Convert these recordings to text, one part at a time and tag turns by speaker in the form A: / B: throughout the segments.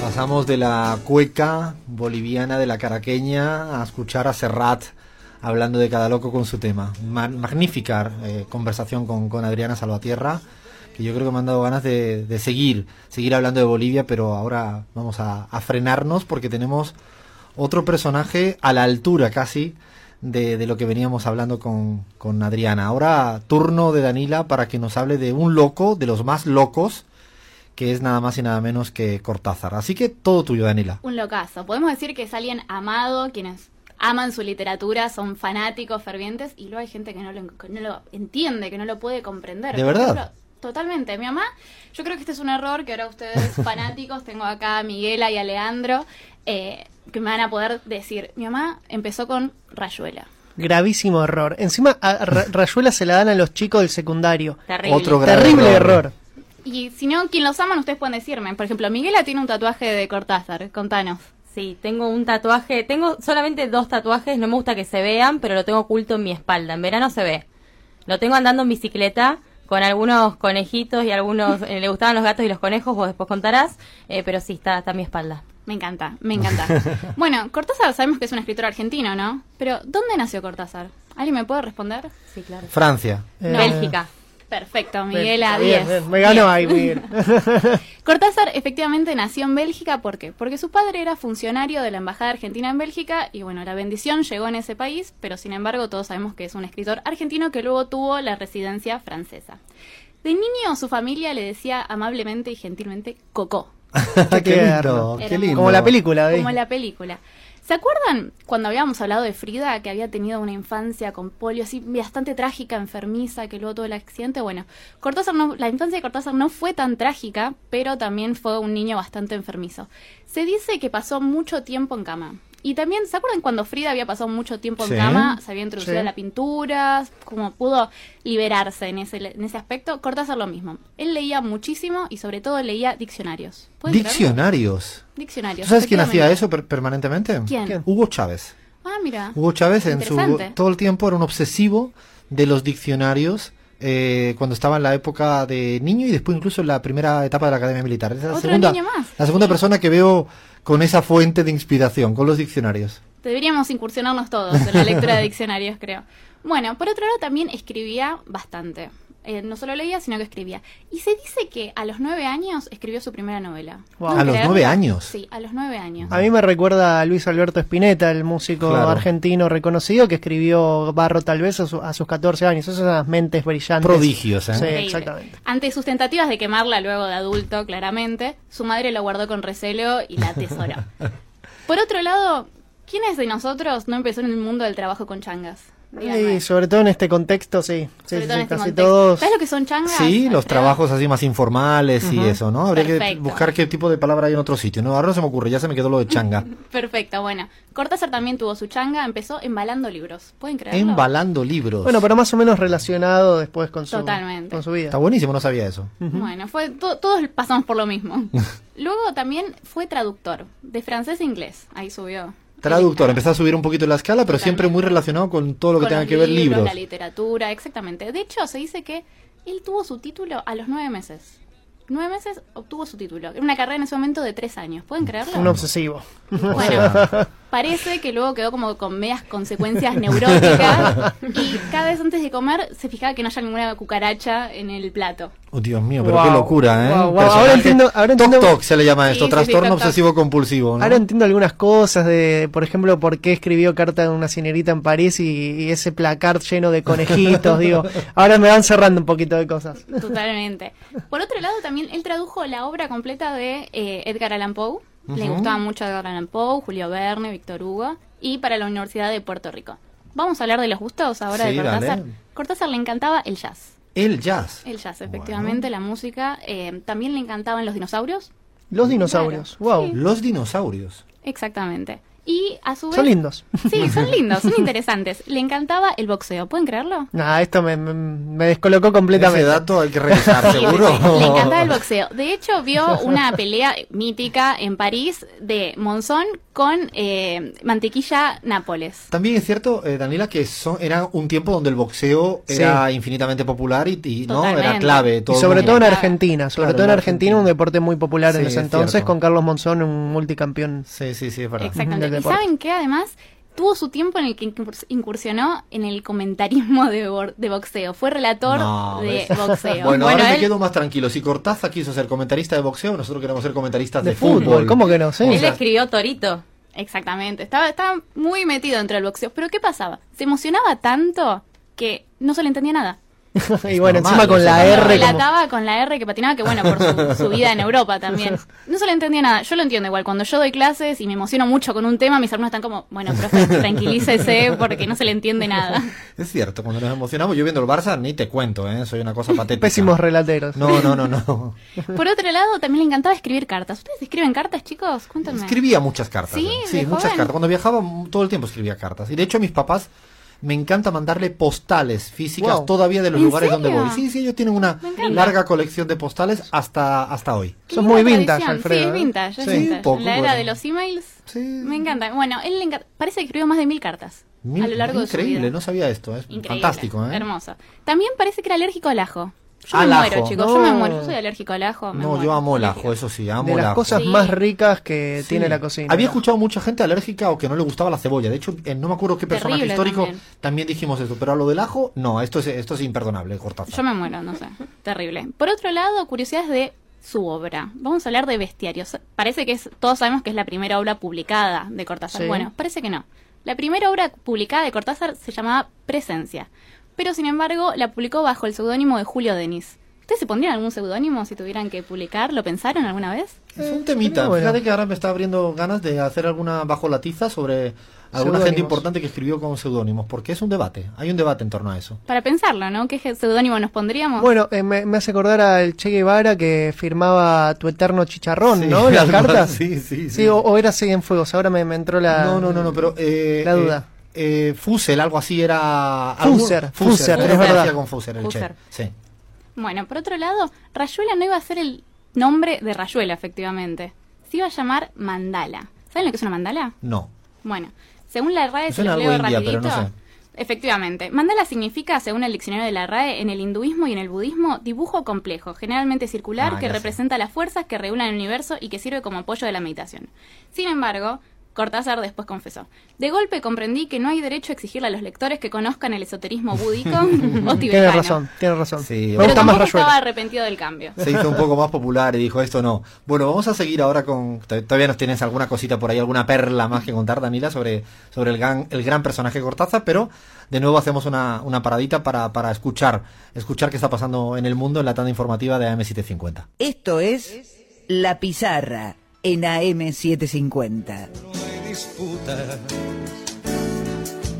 A: Pasamos de la cueca boliviana, de la caraqueña, a escuchar a Serrat hablando de cada loco con su tema. Ma- magnífica eh, conversación con, con Adriana Salvatierra, que yo creo que me han dado ganas de, de seguir, seguir hablando de Bolivia, pero ahora vamos a, a frenarnos porque tenemos otro personaje a la altura casi de, de lo que veníamos hablando con, con Adriana. Ahora turno de Danila para que nos hable de un loco, de los más locos, que es nada más y nada menos que Cortázar. Así que todo tuyo, Danila.
B: Un locazo. Podemos decir que es alguien amado, quienes aman su literatura, son fanáticos fervientes, y luego hay gente que no lo, que no lo entiende, que no lo puede comprender.
A: ¿De
B: Por
A: verdad?
B: totalmente. Mi mamá, yo creo que este es un error que ahora ustedes, fanáticos, tengo acá a Miguela y a Leandro, eh, que me van a poder decir. Mi mamá empezó con Rayuela.
C: Gravísimo error. Encima, a Ra- Rayuela se la dan a los chicos del secundario.
D: Terrible.
A: Otro gran
C: Terrible error.
B: Y si no, quien los aman, ustedes pueden decirme. Por ejemplo, Miguela tiene un tatuaje de Cortázar. Contanos.
D: Sí, tengo un tatuaje, tengo solamente dos tatuajes, no me gusta que se vean, pero lo tengo oculto en mi espalda, en verano se ve. Lo tengo andando en bicicleta con algunos conejitos y algunos, eh, le gustaban los gatos y los conejos, vos después contarás, eh, pero sí, está, está en mi espalda.
B: Me encanta, me encanta. bueno, Cortázar sabemos que es un escritor argentino, ¿no? Pero, ¿dónde nació Cortázar? ¿Alguien me puede responder?
D: Sí, claro.
A: Francia.
C: Eh,
D: Bélgica.
B: Perfecto, Miguel, a
C: bien,
B: 10.
C: Eh, bien, Me ganó ahí, Miguel.
B: Cortázar efectivamente nació en Bélgica, ¿por qué? Porque su padre era funcionario de la Embajada Argentina en Bélgica y bueno, la bendición llegó en ese país, pero sin embargo todos sabemos que es un escritor argentino que luego tuvo la residencia francesa. De niño su familia le decía amablemente y gentilmente Coco,
A: qué,
C: tierno.
A: lindo, qué lindo.
C: Como la película, ¿eh? ¿veis?
B: como la película. ¿Se acuerdan cuando habíamos hablado de Frida, que había tenido una infancia con polio así bastante trágica, enfermiza, que luego tuvo el accidente? Bueno, Cortázar no- la infancia de Cortázar no fue tan trágica, pero también fue un niño bastante enfermizo. Se dice que pasó mucho tiempo en cama. Y también, ¿se acuerdan cuando Frida había pasado mucho tiempo en
A: Sí.
B: cama? Se había introducido
C: Sí.
B: a la pintura, como pudo liberarse en ese, en ese aspecto. Cortázar lo mismo. Él leía muchísimo y sobre todo leía diccionarios. ¿Pueden creerlo?
A: Diccionarios. ¿Tú
B: Diccionarios.
A: sabes quién hacía
B: efectivamente.
A: eso per- permanentemente?
B: ¿Quién? ¿Quién?
A: Hugo Chávez.
B: Ah, mira.
A: Hugo Chávez en su
B: Interesante.
A: todo el tiempo era un obsesivo de los diccionarios eh, cuando estaba en la época de niño y después incluso en la primera etapa de la Academia Militar. Es la
B: Otro
A: segunda,
B: niño más.
A: la segunda
B: Sí.
A: persona que veo con esa fuente de inspiración, con los diccionarios.
B: Deberíamos incursionarnos todos en la lectura de diccionarios, creo. Bueno, por otro lado también escribía bastante. Eh, no solo leía, sino que escribía. Y se dice que a los nueve años escribió su primera novela.
C: Wow.
A: ¿A los
B: creerlo?
A: nueve años? Ah,
B: Sí, a los nueve años.
C: A mí me recuerda a Luis Alberto Spinetta, el músico
A: Claro.
C: argentino reconocido que escribió Barro tal vez a, su- a sus 14 años. Esas son las mentes brillantes.
A: Prodigios, ¿eh?
C: Sí,
B: Increíble.
C: exactamente.
B: Ante sus tentativas de quemarla luego de adulto, claramente, su madre lo guardó con recelo y la atesoró. Por otro lado, ¿quiénes de nosotros no empezó en el mundo del trabajo con changas? Díganme.
C: Y sobre todo en este contexto, sí. Sí,
B: Sobre
C: sí,
B: todo en
C: sí,
B: este
C: casi
B: contexto.
C: todos.
B: ¿Sabes lo que son changas?
A: Sí, los trabajos así más informales y eso, ¿no? Habría que
B: Perfecto.
A: buscar qué tipo de palabra hay en otro sitio. No, ahora no se me ocurre, ya se me quedó lo de changa.
B: Perfecto, bueno. Cortázar también tuvo su changa, empezó embalando libros. ¿Pueden creerlo?
A: Embalando libros.
C: Bueno, pero más o menos relacionado después con su,
B: Totalmente.
C: con su vida.
A: Está buenísimo, no sabía eso.
B: Bueno, fue, to- todos pasamos por lo mismo. Luego también fue traductor, de francés a inglés. Ahí subió.
A: Traductor, empezó a subir un poquito la escala, pero siempre muy relacionado con todo lo que
B: Con
A: tenga
B: los
A: que ver libros.
B: La literatura, exactamente. De hecho, se dice que él tuvo su título a los nueve meses. Nueve meses obtuvo su título. Era una carrera en ese momento de tres años. ¿Pueden creerlo?
C: Un obsesivo.
B: Bueno, parece que luego quedó como con medias consecuencias neuróticas y cada vez antes de comer se fijaba que no haya ninguna cucaracha en el plato.
A: Oh, Dios mío, pero qué
C: Wow,
A: locura, ¿eh?
C: wow, wow.
A: Personaje-
C: Ahora entiendo- ahora
A: Toc,
C: entiendo-
A: toc se le llama
B: Sí,
A: esto,
B: sí, sí,
A: trastorno
B: toc, toc.
A: obsesivo compulsivo, ¿no?
C: Ahora entiendo algunas cosas de, por ejemplo, por qué escribió carta de una señorita en París y, y ese placard lleno de conejitos, digo. Ahora me van cerrando un poquito de cosas.
B: Totalmente. Por otro lado, también él tradujo la obra completa de eh, Edgar Allan Poe. Le gustaba mucho Edgar Allan Poe, Julio Verne, Víctor Hugo y para la Universidad de Puerto Rico. Vamos a hablar de los gustos ahora
A: Sí,
B: de Cortázar.
A: dale.
B: Cortázar le encantaba el jazz.
A: El jazz.
B: El jazz, efectivamente, la música. eh, también le encantaban los dinosaurios.
C: Los dinosaurios, wow.
A: Los dinosaurios.
B: Exactamente. Y a su vez...
C: Son lindos.
B: Sí, son lindos, son interesantes. Le encantaba el boxeo, ¿pueden creerlo?
C: Nah, esto me, me- me descolocó
A: Ese
C: completamente.
A: dato hay que revisar,
B: Sí,
A: seguro.
B: Le encantaba el boxeo. De hecho, vio una pelea mítica en París de Monzón con eh, Mantequilla Nápoles.
A: También es cierto, eh, Daniela, que son, era un tiempo donde el boxeo
C: Sí.
A: era infinitamente popular y, y, no era
B: Totalmente.
A: clave.
C: Y
A: Todo el
C: sobre
A: mundo.
C: todo en
B: Claro.
C: Argentina, sobre
A: Claro,
C: todo en
A: en
C: Argentina, un
A: Argentina.
C: deporte muy popular en
A: Sí,
C: ese
A: es
C: entonces,
A: cierto.
C: con Carlos Monzón, un multicampeón.
A: Sí, sí, sí, es verdad.
C: Del
B: Exactamente. ¿Y
C: deporte.
B: saben qué? Además, tuvo su tiempo en el que incurs- incursionó en el comentarismo de, bor- de boxeo. Fue relator
A: No,
B: de
A: ¿ves?
B: boxeo.
A: Bueno, ahora me
B: él-
A: quedo más tranquilo. Si Cortaza quiso ser comentarista de boxeo, nosotros queremos ser comentaristas de,
C: De fútbol, ¿cómo que no? Sí.
A: O
D: Él
A: sea,
D: escribió Torito.
B: Exactamente. Estaba, estaba muy metido dentro del boxeo. Pero ¿qué pasaba? Se emocionaba tanto que no se le entendía nada.
C: y bueno,
A: normal,
C: encima con
A: eso
C: la
A: también.
C: R como-
B: Relataba con la R que patinaba, que bueno, por su, su vida en Europa también. No se le entendía nada. Yo lo entiendo igual. Cuando yo doy clases y me emociono mucho con un tema, mis alumnos están como, bueno, profe, tranquilícese porque no se le entiende nada.
A: es cierto, cuando nos emocionamos, yo viendo el Barça, ni te cuento, ¿eh? soy una cosa patética.
C: pésimos relateros.
A: No, no, no, no.
B: Por otro lado, también le encantaba escribir cartas. ¿Ustedes escriben cartas, chicos? Cuéntenme.
A: Escribía muchas cartas.
B: Sí,
A: ¿eh?
B: de
A: muchas
B: joven.
A: cartas. Cuando viajaba mm, todo el tiempo escribía cartas. Y de hecho mis papás me encanta mandarle postales físicas
C: Wow.
A: todavía de los
B: ¿En
A: lugares donde
B: serio?
A: voy. Sí, sí, ellos tienen una
B: Me encanta.
A: larga colección de postales hasta hasta hoy.
B: Qué
C: Sos
B: linda
C: muy vintage,
B: tradición.
C: Alfredo,
B: Sí,
C: ¿eh?
B: es vintage. es
A: Sí, un
B: vintage.
A: poco,
B: la era
A: bueno.
B: de los emails.
A: Sí.
B: Me encanta. Bueno, él le encanta- parece que escribió más de mil cartas
A: Mil-
B: a lo largo
A: increíble,
B: de su vida.
A: no sabía esto, es
B: Increíble,
A: fantástico, ¿eh?
B: Hermoso. También parece que era alérgico al ajo. Yo
A: Al
B: me
A: ajo.
B: muero, chicos. Yo me
C: No.
B: muero. Yo soy alérgico al ajo. me
A: No,
B: muero.
A: yo amo el
B: Alérgico.
A: ajo, eso sí, amo
C: de
A: el
C: las
A: ajo.
C: cosas
B: Sí.
C: más ricas que
A: Sí.
C: tiene la cocina.
A: Había escuchado mucha gente alérgica o que no le gustaba la cebolla. De hecho, eh, no me acuerdo qué personaje
B: Terrible
A: histórico también.
B: también.
A: dijimos eso. Pero a lo del ajo, no, esto es, esto es imperdonable, Cortázar.
B: Yo me muero, no sé. Terrible. Por otro lado, curiosidades de su obra. Vamos a hablar de bestiarios. Parece que es, todos sabemos que es la primera obra publicada de Cortázar.
C: Sí.
B: Bueno, parece que no. La primera obra publicada de Cortázar se llamaba Presencia. Pero sin embargo, la publicó bajo el seudónimo de Julio Denis. ¿Ustedes se pondrían algún seudónimo si tuvieran que publicar? ¿Lo pensaron alguna vez?
A: Es un temita.
C: Eh, bueno.
A: Fíjate que ahora me está abriendo ganas de hacer alguna bajo la tiza sobre alguna
C: Seudónimos.
A: gente importante que escribió con seudónimos, porque es un debate. Hay un debate en torno a eso.
B: Para pensarlo, ¿no? ¿Qué je- seudónimo nos pondríamos?
C: Bueno, eh, me, me hace acordar al Che Guevara que firmaba Tu Eterno Chicharrón,
A: Sí,
C: Oh, ¿no? Las
A: algo
C: cartas.
A: así, sí, sí.
C: Sí, o, o era Siguen Fuegos, ahora me, me entró la...
A: No, no, no, no, pero. eh,
C: La
A: eh,
C: duda.
A: eh, Fusel, algo así era.
C: Fuser,
A: algún-
C: Fuser,
A: era
B: es
A: lo que
C: verdad.
A: hacía con Fuser, el
D: Fuser.
A: Che. Sí.
B: Bueno, por otro lado, Rayuela no iba a ser el nombre de Rayuela, efectivamente. Se iba a llamar Mandala. ¿Saben lo que es una mandala?
A: No.
B: Bueno, según la RAE,
A: Me
B: se
A: suena
B: los
A: algo india,
B: leo
A: pero
B: rapidito.
A: no sé.
B: Efectivamente, mandala significa, según el diccionario de la RAE, en el hinduismo y en el budismo, dibujo complejo, generalmente circular,
A: Ah,
B: que
A: ya sé.
B: representa las fuerzas que regulan el universo y que sirve como apoyo de la meditación. Sin embargo, Cortázar después confesó, de golpe comprendí que no hay derecho a exigirle a los lectores que conozcan el esoterismo búdico o tibetano.
C: Tiene razón, tiene razón.
A: Sí,
C: me
A: bueno.
B: Pero
C: gusta más
B: tampoco estaba
C: Rayuela.
B: arrepentido del cambio.
A: se hizo un poco más popular y dijo esto no. Bueno, vamos a seguir ahora con. to- Todavía nos tienes alguna cosita por ahí, alguna perla más que contar, Danila, sobre, sobre el, gran, el gran personaje Cortázar, pero de nuevo hacemos una, una paradita para, para escuchar, escuchar qué está pasando en el mundo en la tanda informativa de AM750.
E: Esto es La Pizarra en AM750.
F: No hay disputas,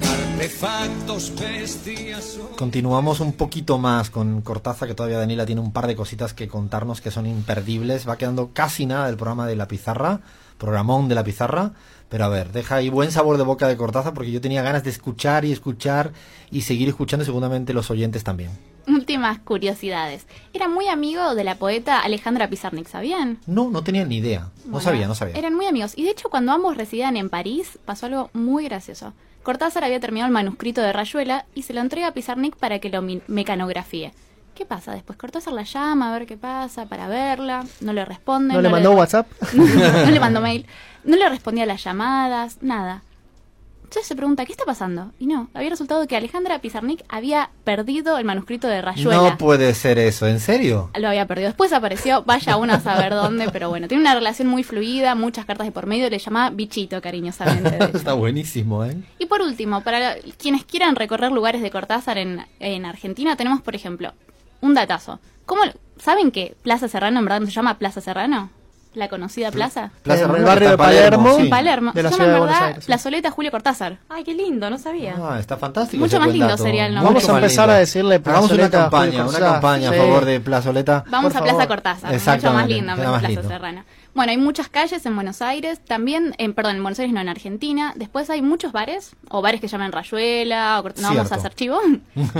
F: artefactos, bestias.
A: Continuamos un poquito más con Cortázar, que todavía Danila tiene un par de cositas que contarnos que son imperdibles. Va quedando casi nada del programa de La Pizarra, programón de La Pizarra. Pero a ver, deja ahí buen sabor de boca de Cortázar, porque yo tenía ganas de escuchar y escuchar y seguir escuchando, y seguramente los oyentes también.
B: Últimas curiosidades. Era muy amigo de la poeta Alejandra Pizarnik, ¿sabían?
A: No, no tenía ni idea. No
B: Bueno,
A: sabía, no sabía.
B: Eran muy amigos. Y de hecho, cuando ambos residían en París, pasó algo muy gracioso. Cortázar había terminado el manuscrito de Rayuela y se lo entrega a Pizarnik para que lo mi- mecanografíe. ¿Qué pasa después? Cortázar la llama a ver qué pasa, para verla. No le responde.
C: ¿No le mandó WhatsApp?
B: no le mandó mail. No le respondía a las llamadas, nada. Entonces se pregunta, ¿qué está pasando? Y no, había resultado que Alejandra Pizarnik había perdido el manuscrito de Rayuela
A: No puede ser eso, ¿en serio?
B: lo había perdido. Después apareció, vaya uno a saber dónde, pero bueno, tiene una relación muy fluida, muchas cartas de por medio, le llamaba bichito cariñosamente. de hecho.
A: Está buenísimo, ¿eh?
B: Y por último, para quienes quieran recorrer lugares de Cortázar en, en Argentina, tenemos, por ejemplo, un datazo. ¿Cómo, ¿Saben que Plaza Serrano en verdad no se llama Plaza Serrano? la conocida plaza.
A: Plaza
C: en el
A: Roma, está
C: barrio de Palermo.
A: sí.
C: En
B: Palermo.
C: De la
B: se
C: ciudad
B: llama
C: de
B: en
C: Buenos
B: verdad
C: Aires, sí.
B: Plazoleta Julio Cortázar.
D: Ay, qué lindo, no sabía.
A: Ah, está fantástico.
B: Mucho
A: ese
B: más
A: buen
B: lindo
A: dato.
B: sería el
A: Mucho
B: nombre.
A: más
C: Vamos a empezar
A: lindo.
C: a decirle
A: Hagamos una
C: Plazoleta,
A: campaña,
C: Julio
A: una
C: Cortázar.
A: campaña a
C: Sí.
A: favor de Plazoleta.
B: Vamos
C: Por
B: a Plaza
C: favor.
B: Cortázar, mucho más
A: Exactamente,
B: lindo
A: queda más
B: Plaza
A: lindo.
B: Serrana. Bueno, hay muchas calles en Buenos Aires, también, en, perdón, en Buenos Aires no, en Argentina. Después hay muchos bares, o bares que llaman Rayuela, o Cort- no vamos
A: Cierto.
B: a hacer chivo.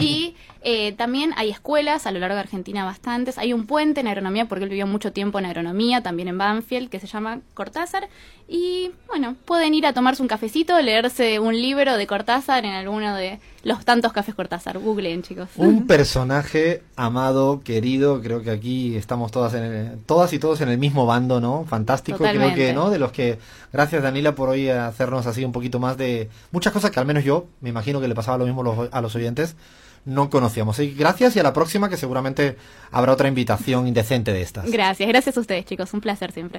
B: y eh, también hay escuelas a lo largo de Argentina bastantes. Hay un puente en agronomía, porque él vivió mucho tiempo en agronomía, también en Banfield, que se llama Cortázar. Y bueno, pueden ir a tomarse un cafecito, leerse un libro de Cortázar en alguno de los tantos cafés Cortázar. Googleen, chicos.
A: Un personaje amado, querido, creo que aquí estamos todas en el- todas y todos en el mismo bando, ¿no? Fantástico, creo
B: Totalmente.
A: que, ¿no? De los que gracias Danila por hoy hacernos así un poquito más de muchas cosas que al menos yo, me imagino que le pasaba lo mismo a los- a los oyentes, no conocíamos. Así que gracias y a la próxima que seguramente habrá otra invitación indecente de estas.
B: Gracias, gracias a ustedes, chicos. Un placer siempre.